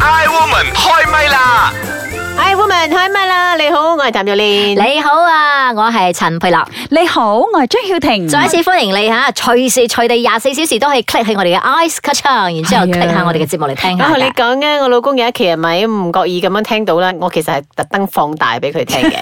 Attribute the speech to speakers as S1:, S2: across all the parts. S1: I Woman 開唛啦！
S2: I woman 開唛啦！你好，我係譚玉蓮。
S3: 你好啊，我係陳佩樂，
S4: 你好，我係張曉婷。
S2: 嗯
S3: 再一次歡迎你吓，隨時隨地廿四小時都可以 click 喺我哋嘅 Ice c a t c h n 然之後
S4: 係啊
S3: click 下我哋嘅節目嚟聽下
S2: 啊，你
S3: 嘅。
S2: 講嘅，我老公有一期係咪唔覺意咁樣聽到啦？我其實係特登放大俾佢聽 嘅，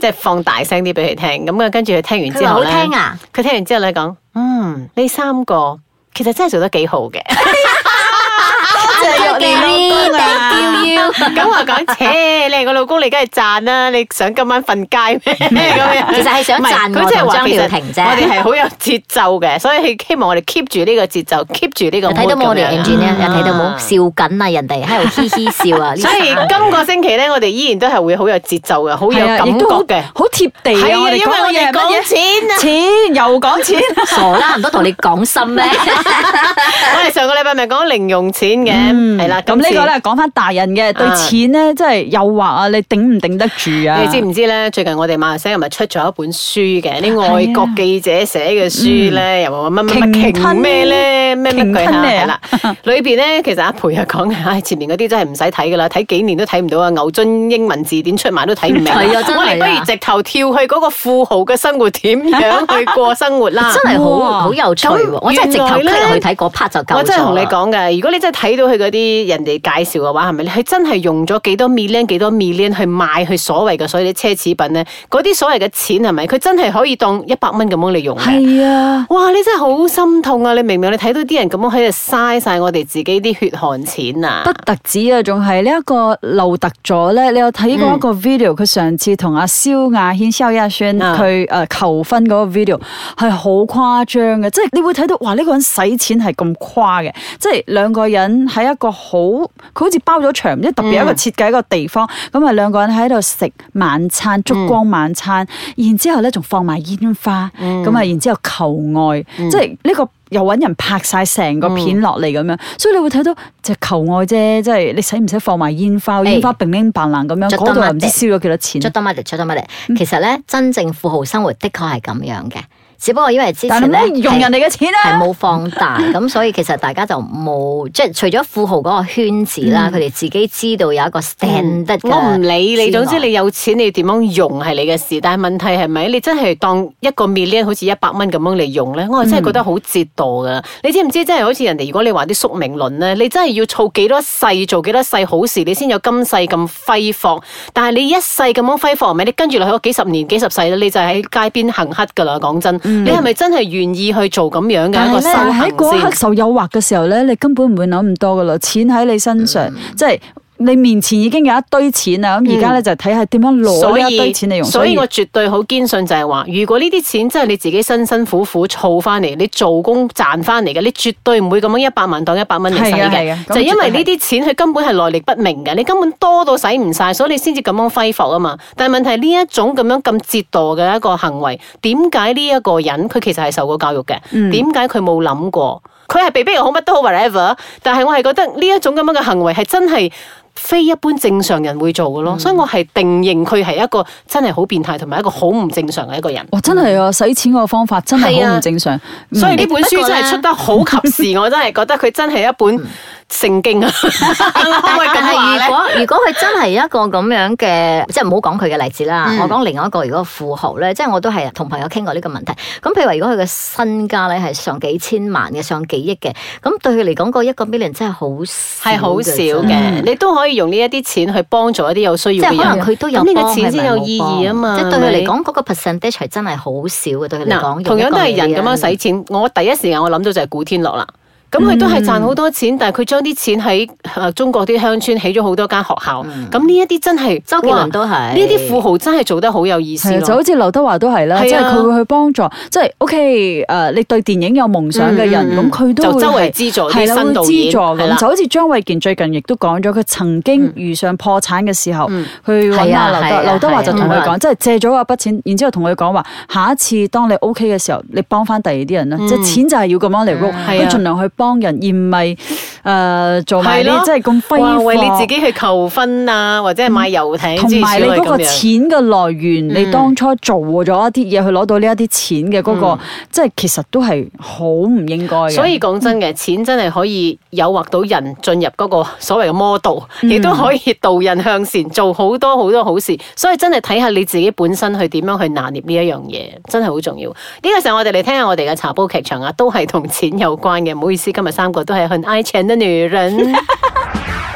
S2: 即係放大聲啲俾佢聽。咁啊，跟住佢聽完
S3: 佢
S2: 之
S3: 話
S2: 後
S3: 好
S2: 咧，
S3: 聽啊，
S2: 佢聽完之後咧講，嗯，呢三個其實真係做得幾好嘅。
S3: 多
S2: 謝你
S4: 老公啊
S3: Thank you。
S2: 咁我講，切，你係我老公，你梗係讚啦！你想今晚瞓 街咩？咁樣
S3: 嗯其實係想讚
S2: 唔係佢
S3: 我
S2: 真係
S3: 同
S2: 話
S3: 張
S2: 其實
S3: 曉婷啫
S2: 我哋係好有節奏嘅，所以希望我哋 keep 住呢個節奏，keep 住呢個
S3: 有
S2: mood
S3: 睇到冇我哋
S2: 咁樣啦
S3: engineer，有啊睇到冇
S2: 嗯
S3: 笑緊啊，人哋喺度嘻嘻 笑啊。呢
S2: 所以
S3: 三個
S2: 今個星期咧，我哋依然都係會好有節奏嘅，好有
S4: 係啊
S2: 感
S4: 亦
S2: 覺
S4: 都好
S2: 嘅。
S4: 好貼地
S2: 係
S4: 啊！
S2: 啊，
S4: 我哋
S2: 因為
S4: 講
S2: 我
S4: 嘅嘢
S2: 哋
S4: 係乜
S2: 講
S4: 嘢？
S2: 錢 啊！
S4: 錢又 講錢，
S3: 傻啦，唔多同你講心咩？
S2: 我哋上個禮拜咪講零用錢嘅，
S3: 嗯
S2: 係啦。
S4: 咁
S2: 今
S4: 呢
S2: 次
S4: 個咧講翻大人嘅對
S2: 啊
S4: 錢咧，真係誘惑啊！你頂唔頂得住啊？
S2: 你知唔知咧？最近我哋馬來西亞咪出咗一本書嘅，啲
S3: 啊
S2: 外國記者寫嘅書
S3: 嗯
S2: 咧，又話乜乜乜
S4: 鯨
S2: 鯨
S4: 吞
S2: 咩咧，咩乜鬼
S4: 鯨吞
S2: 嚇
S4: 咩啊
S2: 係啦。 裏邊咧其實阿培又講嘅， 唉，前面嗰啲真係唔使睇噶啦，睇幾年都睇唔到啊！牛津英文字典出埋都睇唔明。
S3: 係啊真係啊
S2: 我哋不如直頭跳去嗰個富豪嘅生活點樣去過生活啦。
S3: 真係好
S4: 哇
S3: 好有趣喎！我真係直頭
S2: 原來
S3: click
S2: 呢
S3: 落去睇嗰 part 就夠咗啦。啊
S2: 我真係同你講嘅，如果你真係睇到佢嗰啲人哋介紹嘅話，係咪佢真係用咗幾多 million 幾多 million 去買佢所謂嘅所謂啲奢侈品咧？嗰啲所謂嘅錢係咪佢真係可以當一百蚊咁樣嚟用嘅？
S4: 係啊，
S2: 哇！你真係好心痛啊！你明唔明？你睇到啲人咁樣喺度嘥晒我哋自己啲血汗錢啊！
S4: 不特止啊，仲係呢一個漏特咗咧。你有睇
S2: 嗯
S4: 過一個 video？佢上次同阿蕭亞軒、蕭亞軒
S2: 啊
S4: 佢誒呃求婚嗰個 video 係好誇張嘅，即係你會睇到哇！呢個人使錢係咁誇嘅，即係兩個人喺一個好佢好似包咗場，即係特別一
S3: 嗯
S4: 個設計一個地方，咁啊兩個人喺度食晚
S3: 嗯
S4: 餐、燭光晚餐，然之後咧仲放埋煙花，
S3: 嗯
S4: 咁啊然之後求愛，即係呢個。又揾人拍晒成個片落嚟咁
S3: 嗯
S4: 樣，所以你會睇到就求愛啫，即係你使唔使放埋煙花？煙花並拎扮冷咁樣，
S3: 着得
S4: 嗰度又唔知
S3: 乜
S4: 燒咗幾多錢
S3: 出。得乜嚟，出得乜
S2: 嗯
S3: 嚟。其實咧，真正富豪生活的確係咁樣嘅，只不過因為之
S4: 但
S3: 前
S4: 係
S3: 咧
S4: 你唔好用人哋嘅錢
S3: 係
S4: 啊！
S3: 冇放 大，咁所以其實大家就冇即係除咗富豪嗰個圈子啦，佢哋自己知道有一個 stand 得
S2: 嗯我唔理你，總之你有錢你要點樣用係你嘅事，但係問題係咪你真係當一個 million 好似一百蚊咁樣嚟用咧？我係
S4: 嗯
S2: 真係覺得好折墮噶。你知唔知真係好似人哋如果你話啲宿命論咧，你真係要儲幾多世做幾多世好事，你先有今世咁揮霍。但係你一世咁樣揮霍，咪你跟住落去嗰幾十年幾十世咧，你就喺街邊行乞噶啦。講真，你係咪真係願意去做咁樣嘅
S4: 但
S2: 一個
S4: 係咧
S2: 修
S4: 喺嗰
S2: 行
S4: 一刻
S2: 先？
S4: 受誘惑嘅時候咧，你根本唔會諗咁多噶啦，錢喺你身上，
S2: 嗯
S4: 即係你面前已經有一堆錢啦。咁而家咧就睇下點樣攞
S2: 所
S4: 呢一堆
S2: 以，
S4: 錢嚟用。
S2: 所以我絕對好堅信就係話，如果呢啲錢真係你自己辛辛苦苦儲翻嚟，你做工賺翻嚟嘅，你絕對唔會咁樣一百萬當一百蚊嚟使
S4: 係啊係啊
S2: 嘅。
S4: 咁
S2: 就因為
S4: 絕對係
S2: 呢啲錢佢根本係來歷不明嘅，你根本多到使唔晒，所以你先至咁樣揮霍啊嘛。但係問題呢一種咁樣咁折墮嘅一個行為，點解呢一個人佢其實係受過教育嘅？點解佢冇諗過？佢係被逼又好乜都好 whatever，但係我係覺得呢一種咁樣嘅行為係真係。非一般正常人會做嘅咯，所以我係定認佢係一個真係好變態同埋一個好唔正常嘅一個人。
S4: 哇，真係啊，使錢個方法真係
S2: 嗯係
S4: 好
S2: 啊
S4: 唔正常。
S2: 所以呢
S3: 嗯
S2: 本書真係出得好及 時，我真係覺得佢真係一本聖經 啊！可唔嗯可以
S3: 但
S2: 咁話
S3: 係
S2: 咧
S3: 如？果如果佢真係一個咁樣嘅，即係唔好講佢嘅例子啦，
S2: 嗯
S3: 我講另外一個，如果富豪咧，即係我都係同朋友傾過呢個問題。咁譬如話，如果佢嘅身家咧係上幾千萬嘅，上幾億嘅，咁對佢嚟講，嗰一個 million 真係好少嘅
S2: 係好少
S3: 啫
S2: 嘅，你都可以用呢一啲錢去幫助一啲有需
S3: 即
S2: 要嘅
S3: 係可
S2: 人
S3: 能。佢都有
S2: 咁呢個
S3: 幫
S2: 錢先有意義啊嘛
S3: 係咪冇幫即係對佢
S2: 係
S3: 嚟講，嗰個 percentage 係真係好少嘅，對佢嚟
S2: 嗱，
S3: 講。
S2: 同樣都係人咁樣
S3: 用一個
S2: 使錢，我第一時間我諗到就係古天樂啦。咁
S4: 嗯
S2: 佢都係賺好多錢，但係佢將啲錢喺呃中國啲鄉村起咗好多間學校。
S4: 嗯
S2: 咁呢一啲真係
S3: 周杰
S2: 哇
S3: 倫都係
S2: 呢啲富豪真係做得好有意思
S4: 係啊，就
S2: 咯。
S4: 好似劉德華都係啦，
S2: 係啊
S4: 即係佢會去幫助，即係 OK 誒，你對電影有夢想嘅
S2: 嗯嗯
S4: 人，
S2: 嗯
S4: 咁佢都
S2: 就
S4: 會
S2: 周圍
S4: 係
S2: 資助啲
S4: 係啦
S2: 新
S4: 會
S2: 導演
S4: 資助
S2: 係啦嗯
S4: 咁，就好似張衛健最近亦都講咗，佢曾經遇上破產嘅時候，佢揾
S3: 係啊
S4: 阿劉
S3: 係啊
S4: 德劉德華就同
S3: 係
S4: 佢
S3: 啊
S4: 講，即係借咗嗰筆錢，然之後同佢講話，下一次當你 OK 嘅時候，你幫翻第二啲人啦，即係錢就係要咁樣嚟 roll，
S2: 嗯係啊
S4: 佢盡量去幫人，而唔係誒做埋
S2: 係
S4: 啲
S2: 咯
S4: 即係咁
S2: 哇
S4: 揮霍
S2: 為。你自己去求婚啊，或者係買遊艇
S4: 嗯同
S2: 之
S4: 埋
S2: 類
S4: 你
S2: 咁
S4: 嗰個
S2: 樣
S4: 錢嘅來源，你當初做咗一啲嘢去攞到呢一啲錢嘅嗰個，即係其實都係好唔應該嘅。
S2: 嗯所以講真嘅，錢真係可以誘惑到人進入嗰個所謂嘅魔道，亦都可以導人向善，做好多好多好事。所以真係睇下你自己本身去點樣去拿捏呢一樣嘢，真係好重要。呢、個時候我哋嚟聽下我哋嘅茶煲劇場啊，都係同錢有關嘅。唔好意思，今日三個都係很愛錢的女人。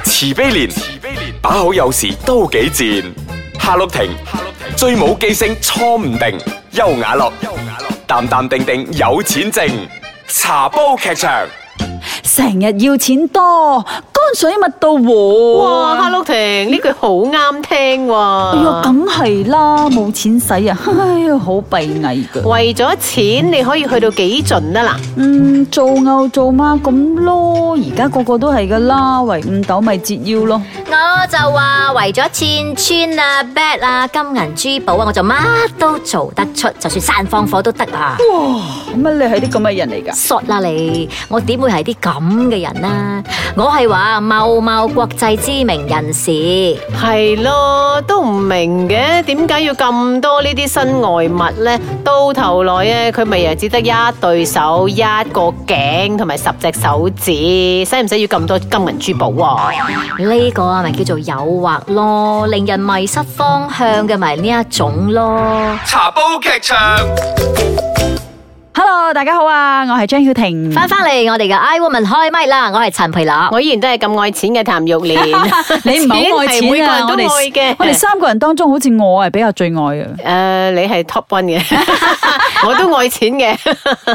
S1: 慈悲蓮，慈悲蓮，把口有時都幾賤。夏綠庭，夏綠庭，最冇記性錯唔定。優雅樂，優雅樂，淡淡定定有錢剩。茶煲劇場，
S4: 成日要錢多，乾水蜜到和。
S2: 哇，哈！陸婷呢句好啱聽喎、
S4: 哎呀，梗係啦，冇錢使啊， 哎呀，好閉翳㗎。
S2: 為咗錢你可以去到幾盡啊嗱？
S4: 嗯，做牛做馬咁咯，而家個個都係噶啦，唯五斗咪折腰咯。
S3: 我就話為咗錢穿啊、bet 啊、金銀珠寶啊，我就乜都做得出，就算山放火都得啊！
S2: 嗯
S4: 乜你係啲咁嘅人嚟㗎？
S3: 索啦你，我點會係啲咁嘅人啊？我係話某某國際知名人士。
S2: 係咯，都唔明嘅，點解要咁多呢啲身外物呢？到頭來咧，佢咪又只得一對手、一個頸同埋十隻手指，使唔使要咁多金銀珠 寶啊？
S3: 呢個啊，咪叫做誘惑咯，令人迷失方向嘅咪呢一種咯。
S1: 茶煲劇場。
S4: Hello，大家好啊，我係張曉婷。，
S3: 翻返嚟我哋嘅 I Woman 開麥啦，我係陳培樂。
S2: 我依然都係咁愛錢嘅譚玉蓮
S4: 你唔係好
S2: 係
S4: 愛
S2: 每
S4: 錢
S2: 個
S4: 啊！
S2: 人
S4: 我
S2: 都愛
S4: 哋
S2: 嘅，
S4: 我哋三個人當中，好似我係比較最 愛嘅。
S2: 誒、你係 top one 嘅，我都愛錢嘅，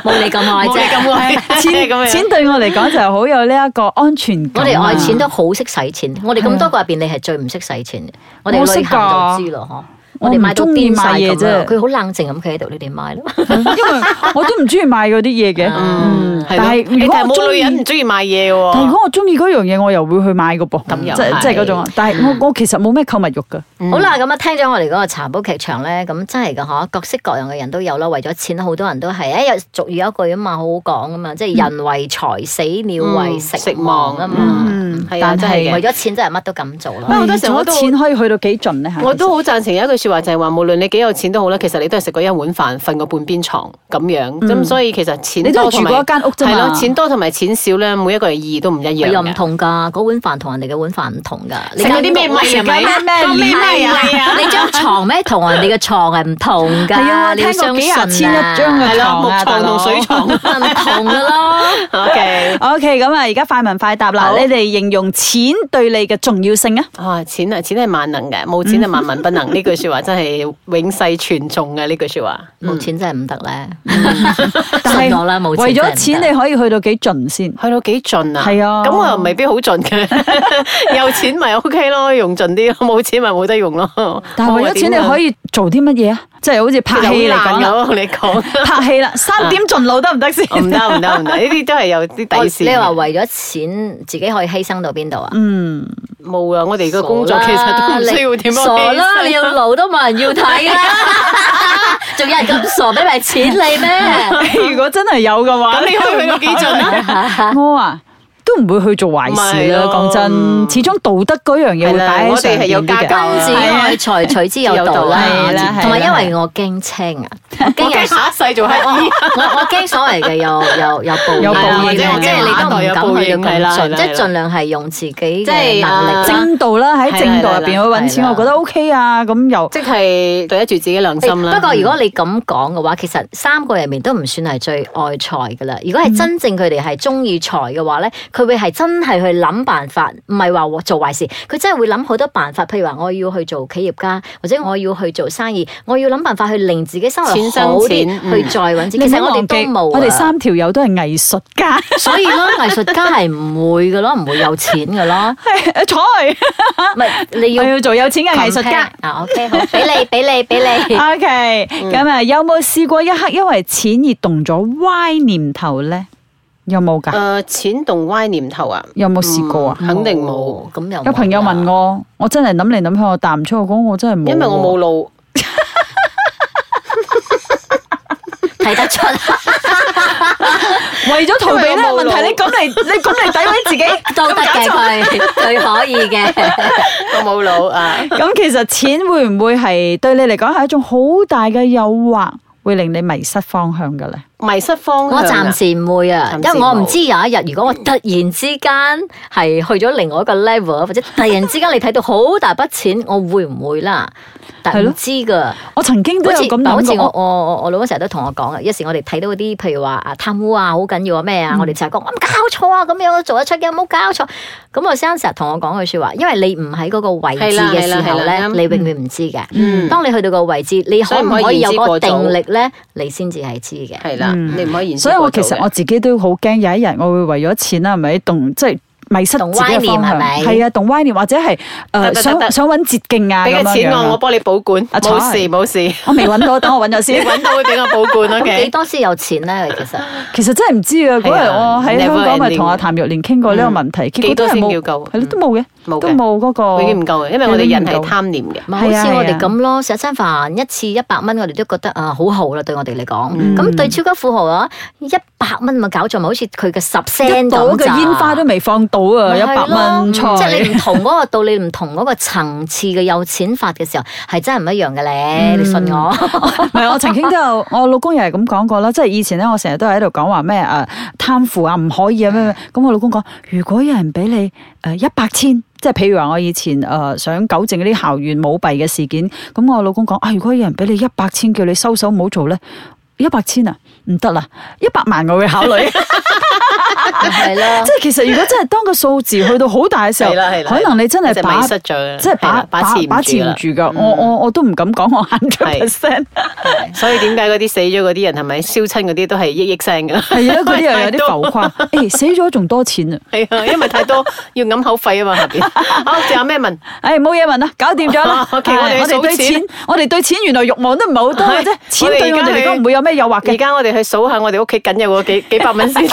S3: 冇你咁愛
S2: 冇你
S3: 啫，
S2: 咁啊愛， 即係咁
S4: 錢
S2: 樣
S4: 錢對我嚟講就係好有呢一個安全
S3: 我
S4: 感
S3: 哋
S4: 啊。
S3: 愛錢都好識使錢。我哋咁多個入邊，你係最唔識使錢嘅。我哋旅行就知咯，嗬。
S4: 我
S3: 我
S4: 唔
S3: 哋買到癲晒
S4: 中意買
S3: 咁
S4: 嘢
S3: 樣，
S4: 啫
S3: 佢好冷靜咁企喺度，你哋買咯。
S4: 因為我都唔中意買嗰啲嘢嘅。
S2: 嗯，係咯
S4: 但係
S2: 你
S4: 如果
S2: 但係
S4: 我
S2: 冇
S4: 鍾
S2: 女
S4: 意
S2: 人唔中意買嘢
S4: 但係
S2: 喎。
S4: 如果我中意嗰樣嘢，我又會去買嘅噃。
S2: 咁又
S4: 即係
S2: 係
S4: 即係嗰種啊。但係我我其實冇咩購物慾㗎。
S3: 好啦，咁啊，聽咗我哋嗰個茶煲劇場咧，咁真係噶嗬，各式各樣嘅人都有啦。為咗錢，好多人都係，哎誒有俗語有一句啊嘛，好好講啊嘛，即係人為財死，鳥為食亡啊嘛。
S2: 嗯係啊，
S4: 但
S2: 真
S4: 係
S2: 係嘅
S3: 為。咗錢真係乜都咁做
S2: 喂
S3: 啦。
S4: 喂
S2: 好多時候我都
S4: 做咗哎錢可以去到幾盡咧？嚇
S2: 我都好贊成有一句説話，就係話無論你幾有錢都好啦，其實你都係食過一碗飯，瞓過半邊床咁樣。咁所以其實錢
S4: 嗯你都係
S2: 多
S4: 住
S2: 同埋
S4: 過一間屋啫嘛
S2: 係咯，錢多同埋錢少咧，每一個人意義都唔一樣
S3: 又唔
S2: 嘅。
S3: 同㗎，嗰碗飯同人哋嘅碗飯唔同㗎。你
S2: 食嗰啲咩米係
S3: 間
S2: 咪？
S4: 食緊
S2: 咩
S4: 咩
S2: 米啊？
S3: 係啊，你張床咩同人哋嘅床係唔同㗎。
S4: 係啊，我
S3: 你要
S4: 聽過幾
S3: 相
S4: 廿
S3: 信
S4: 千
S3: 啊
S4: 一張嘅
S2: 係咯，
S4: 床啊
S2: 木床同水。床。嗯
S3: 咪唔同㗎 咯。
S2: OK，
S4: O K，咁啊，而家快問快答啦
S2: 好！
S4: 你哋形容錢對你嘅重要性啊？
S2: 啊，錢啊，錢係萬能嘅，冇錢係萬萬不 能。呢句説話真係永世傳頌嘅呢句説話。
S3: 冇錢真係唔得咧。
S4: 但
S3: 信我啦，冇錢真係
S4: 為
S3: 唔
S4: 咗
S3: 得
S4: 錢，你可以去到幾盡先？
S2: 去到幾盡啊？
S4: 係啊
S2: 咁我又未必好盡 嘅，有錢咪 OK 咯，用盡啲，冇錢咪冇得用咯。
S4: 但係為咗錢，你可
S2: 以
S4: 以做啲乜嘢啊？即係好 似拍戲嚟講啦，
S2: 我同你講，
S4: 拍戲啦，三點盡路得唔得先？
S2: 啊 唔得唔得唔得，呢啲都係有啲底
S3: 我
S2: 線嘅。
S3: 你話為咗錢，自己可以犧牲到邊度啊？
S4: 嗯，
S2: 冇啊？我哋嘅工作其實都唔需要點樣
S3: 傻啦
S2: 犧
S3: 你傻啦，你
S2: 牲
S3: 要路都冇人要睇 啦，仲有人咁傻俾埋錢 你咩？
S4: 如果真係有嘅話，
S2: 咁你可以去到幾盡啊？
S4: 我啊，都唔會去做壞事啦。
S2: 咪係咯
S4: 講真，始終道德嗰樣嘢會
S2: 係啦
S4: 擺喺
S2: 我
S4: 上
S2: 哋係有
S4: 邊啲
S2: 家
S4: 嘅
S2: 教。
S3: 君子愛財，取之有道啦
S4: 係啦係啦。
S3: 同埋因為我驚青啊，我
S2: 我驚
S3: 驚有
S2: 下一世做乞衣。
S3: 我我驚所謂嘅有有有報
S4: 有報
S3: 啊
S4: 應
S3: 即係
S4: 或者
S3: 即係你都唔
S2: 有報
S3: 敢去
S2: 應係
S3: 到
S2: 啦係啦係
S3: 咁盡，即係
S2: 啦
S3: 盡量係用自己嘅
S2: 係
S3: 能力
S2: 啊
S3: 啦。
S4: 正道啦，喺
S2: 係
S4: 正道入邊
S2: 係
S4: 去
S2: 啦
S4: 揾
S3: 係
S4: 錢，
S3: 啦
S4: 我覺得 O K 啊。咁又
S2: 即係對得住自己良心啦。
S3: 不過如果你咁講嘅話，其實三個入面都唔算係最愛財噶啦。如果係真正佢哋係中意財嘅話咧，佢會係真係去諗辦法，唔係話做壞事。佢真係會諗好多辦法，譬如話我要去做企業家，或者我要去做生意，我要諗辦法去令自己生活好
S2: 錢生
S3: 啲，
S2: 錢嗯
S3: 去再揾錢。
S4: 你
S3: 其實
S4: 唔好
S3: 我哋
S4: 忘
S3: 都
S4: 記，
S3: 冇啊
S4: 我哋三條友都係藝術家。
S3: 所以咧，藝術家係唔會嘅咯，唔會有錢嘅 咯。
S4: 彩，
S3: 唔係你
S4: 我
S3: 要
S4: 要做有錢嘅藝術家
S3: compare。啊，OK，好， 俾你，俾你，俾你。
S4: O K，咁
S2: 嗯
S4: 啊，有冇試過一刻因為錢而動咗歪念頭咧？有冇㗎？
S2: 誒錢動歪念頭啊，
S4: 有冇試過啊？
S2: 肯定冇。啊
S3: 哦，咁又
S4: 有朋友問
S3: 我。
S4: 我，我真係諗嚟諗去，我答唔出，我講我真係冇喎。
S2: 因為我冇路，
S3: 睇得出，
S4: 為咗逃避呢個問
S2: 因為我冇腦
S4: 題，你咁嚟你咁嚟诋毀自己。
S3: 都得嘅佢， 佢可以 嘅。
S2: 我冇腦啊！
S4: 咁其實錢會唔會係對你嚟講係一種好大嘅誘惑，會令你迷失方向嘅咧？
S2: 迷失方向啊
S3: 我暫時唔會啊，
S2: 暫時
S3: 因為我唔
S2: 冇
S3: 知有一日，如果我突然之間係去咗另外一個 level，或者突然之間你睇到好大筆錢，我會唔會啦？但
S4: 係咯
S3: 唔知噶。
S4: 我曾經都
S3: 好
S4: 有
S3: 似
S4: 咁
S3: 好似
S4: 諗
S3: 我
S4: 過，
S3: 我我我老公成日都同我講嘅，有時我哋睇到嗰啲譬如話啊貪污啊好緊要啊咩
S4: 嗯
S3: 啊，我哋成日講我冇搞錯啊咁樣做得出嘅，冇搞錯。啊咁我先生成日同我講句説話，因為你唔喺嗰個位置
S2: 係啦
S3: 嘅
S2: 係
S3: 時
S2: 啦
S3: 候
S2: 係
S3: 咧，
S2: 啦啱
S3: 你永遠唔知嘅。
S2: 嗯
S3: 當你去到個位置，你可
S2: 所以
S3: 唔
S2: 唔可以
S3: 可以
S2: 言
S3: 有
S2: 之
S3: 個
S2: 過早
S3: 定力咧，你先至係知嘅。
S2: 係啦，
S4: 嗯
S2: 你唔可以言之
S4: 所以我
S2: 過
S4: 其
S2: 早
S4: 實
S2: 嘅
S4: 我自己都好驚，有一日我會為咗錢啦，係咪動即係迷失自己嘅
S3: 動歪念
S4: 方
S3: 係
S4: 向？
S3: 咪
S4: 係啊，動歪念或者係
S2: 得
S4: 誒
S2: 得
S4: 想
S2: 得
S4: 想揾捷徑啊
S2: 俾
S4: 咁
S2: 個
S4: 樣
S2: 錢
S4: 樣
S2: 我，我
S4: 啊。
S2: 幫你保管，
S4: 啊
S2: 冇事
S4: 彩
S2: 冇事，
S4: 我未揾到，等我揾咗
S2: 你
S4: 先。
S2: 揾到會俾我保管
S3: 咁幾
S2: OK。
S3: 多先有錢咧？其 實
S4: 其實真係唔知啊！嗰日
S2: 係啊
S4: 我喺香港
S2: never
S4: 咪
S2: ending 嗯
S4: 同阿譚玉蓮傾過呢個問題，結果都
S2: 幾多
S4: 係冇，
S2: 先叫夠
S4: 係咯都冇嘅，
S2: 冇
S4: 都
S2: 嘅
S4: 冇嗰個
S2: 永遠唔夠啊嘅，因為我哋人係
S4: 哦永遠唔夠
S2: 貪念嘅。
S3: 咪好似
S4: 係啊
S3: 我哋咁咯，食一餐飯一次一百蚊，我哋都覺得啊好好啦，對我哋嚟講。
S4: 嗯
S3: 咁對超級富豪啊，一百蚊咪搞錯，咪好似佢嘅十 cent
S4: 一朵
S3: 咁
S4: 嘅
S3: 咋
S4: 煙花都未放到啊！
S3: 咪
S4: 一
S3: 係
S4: 百
S2: 嗯
S4: 蚊
S3: 咯即係
S4: 菜
S3: 你唔同嗰個道理，唔同嗰個層次嘅有錢法嘅時候，係真係唔一樣嘅咧。你信我？
S4: 唔係，我曾經都有， 我老公又係咁講過啦，即係以前咧，我成日都喺度講話咩誒貪腐啊，唔可以啊咩
S2: 嗯
S4: 咩，咁我老公講，如果有人俾你誒一百千。即係譬如話，我以前誒、呃想糾正嗰啲校園舞弊嘅事件，咁我老公講啊，如果有人俾你一百千，叫你收手唔好做咧，一百千啊，唔得啦，一百萬我會考 慮。 嗯
S3: 係咯
S4: 即。係其實如果真係當個數字去到好大嘅時候，
S2: 係啦係啦
S4: 可能你真
S2: 就
S4: 係把
S2: 迷失咗啦
S4: 即係
S2: 係
S4: 把
S2: 啦把嗯持唔
S4: 把
S2: 住
S4: 持唔
S2: 啦
S4: 住㗎。我我我都唔敢講我
S2: 係
S4: hundred percent。
S2: 所以點解嗰啲死咗嗰啲人係咪燒親嗰啲都係億億聲 㗎？
S4: 係啊，嗰啲又有啲浮
S2: 多
S4: 誇。誒、死咗仲多錢啊！
S2: 係啊，因為太多 要揞口費啊嘛下邊。 好，仲有咩問？。
S4: 誒、哎冇嘢問啦，啊搞掂咗啦
S2: OK， 哦
S4: 係
S2: 我哋去
S4: 哋
S2: 數
S4: 對
S2: 錢
S4: 錢，我哋對錢原來慾望都唔係好多嘅啫
S2: 係。
S4: 錢對我哋嚟講唔會有咩誘惑
S2: 而
S4: 嘅。
S2: 家我哋去數下我哋屋企僅有嗰幾幾百蚊先。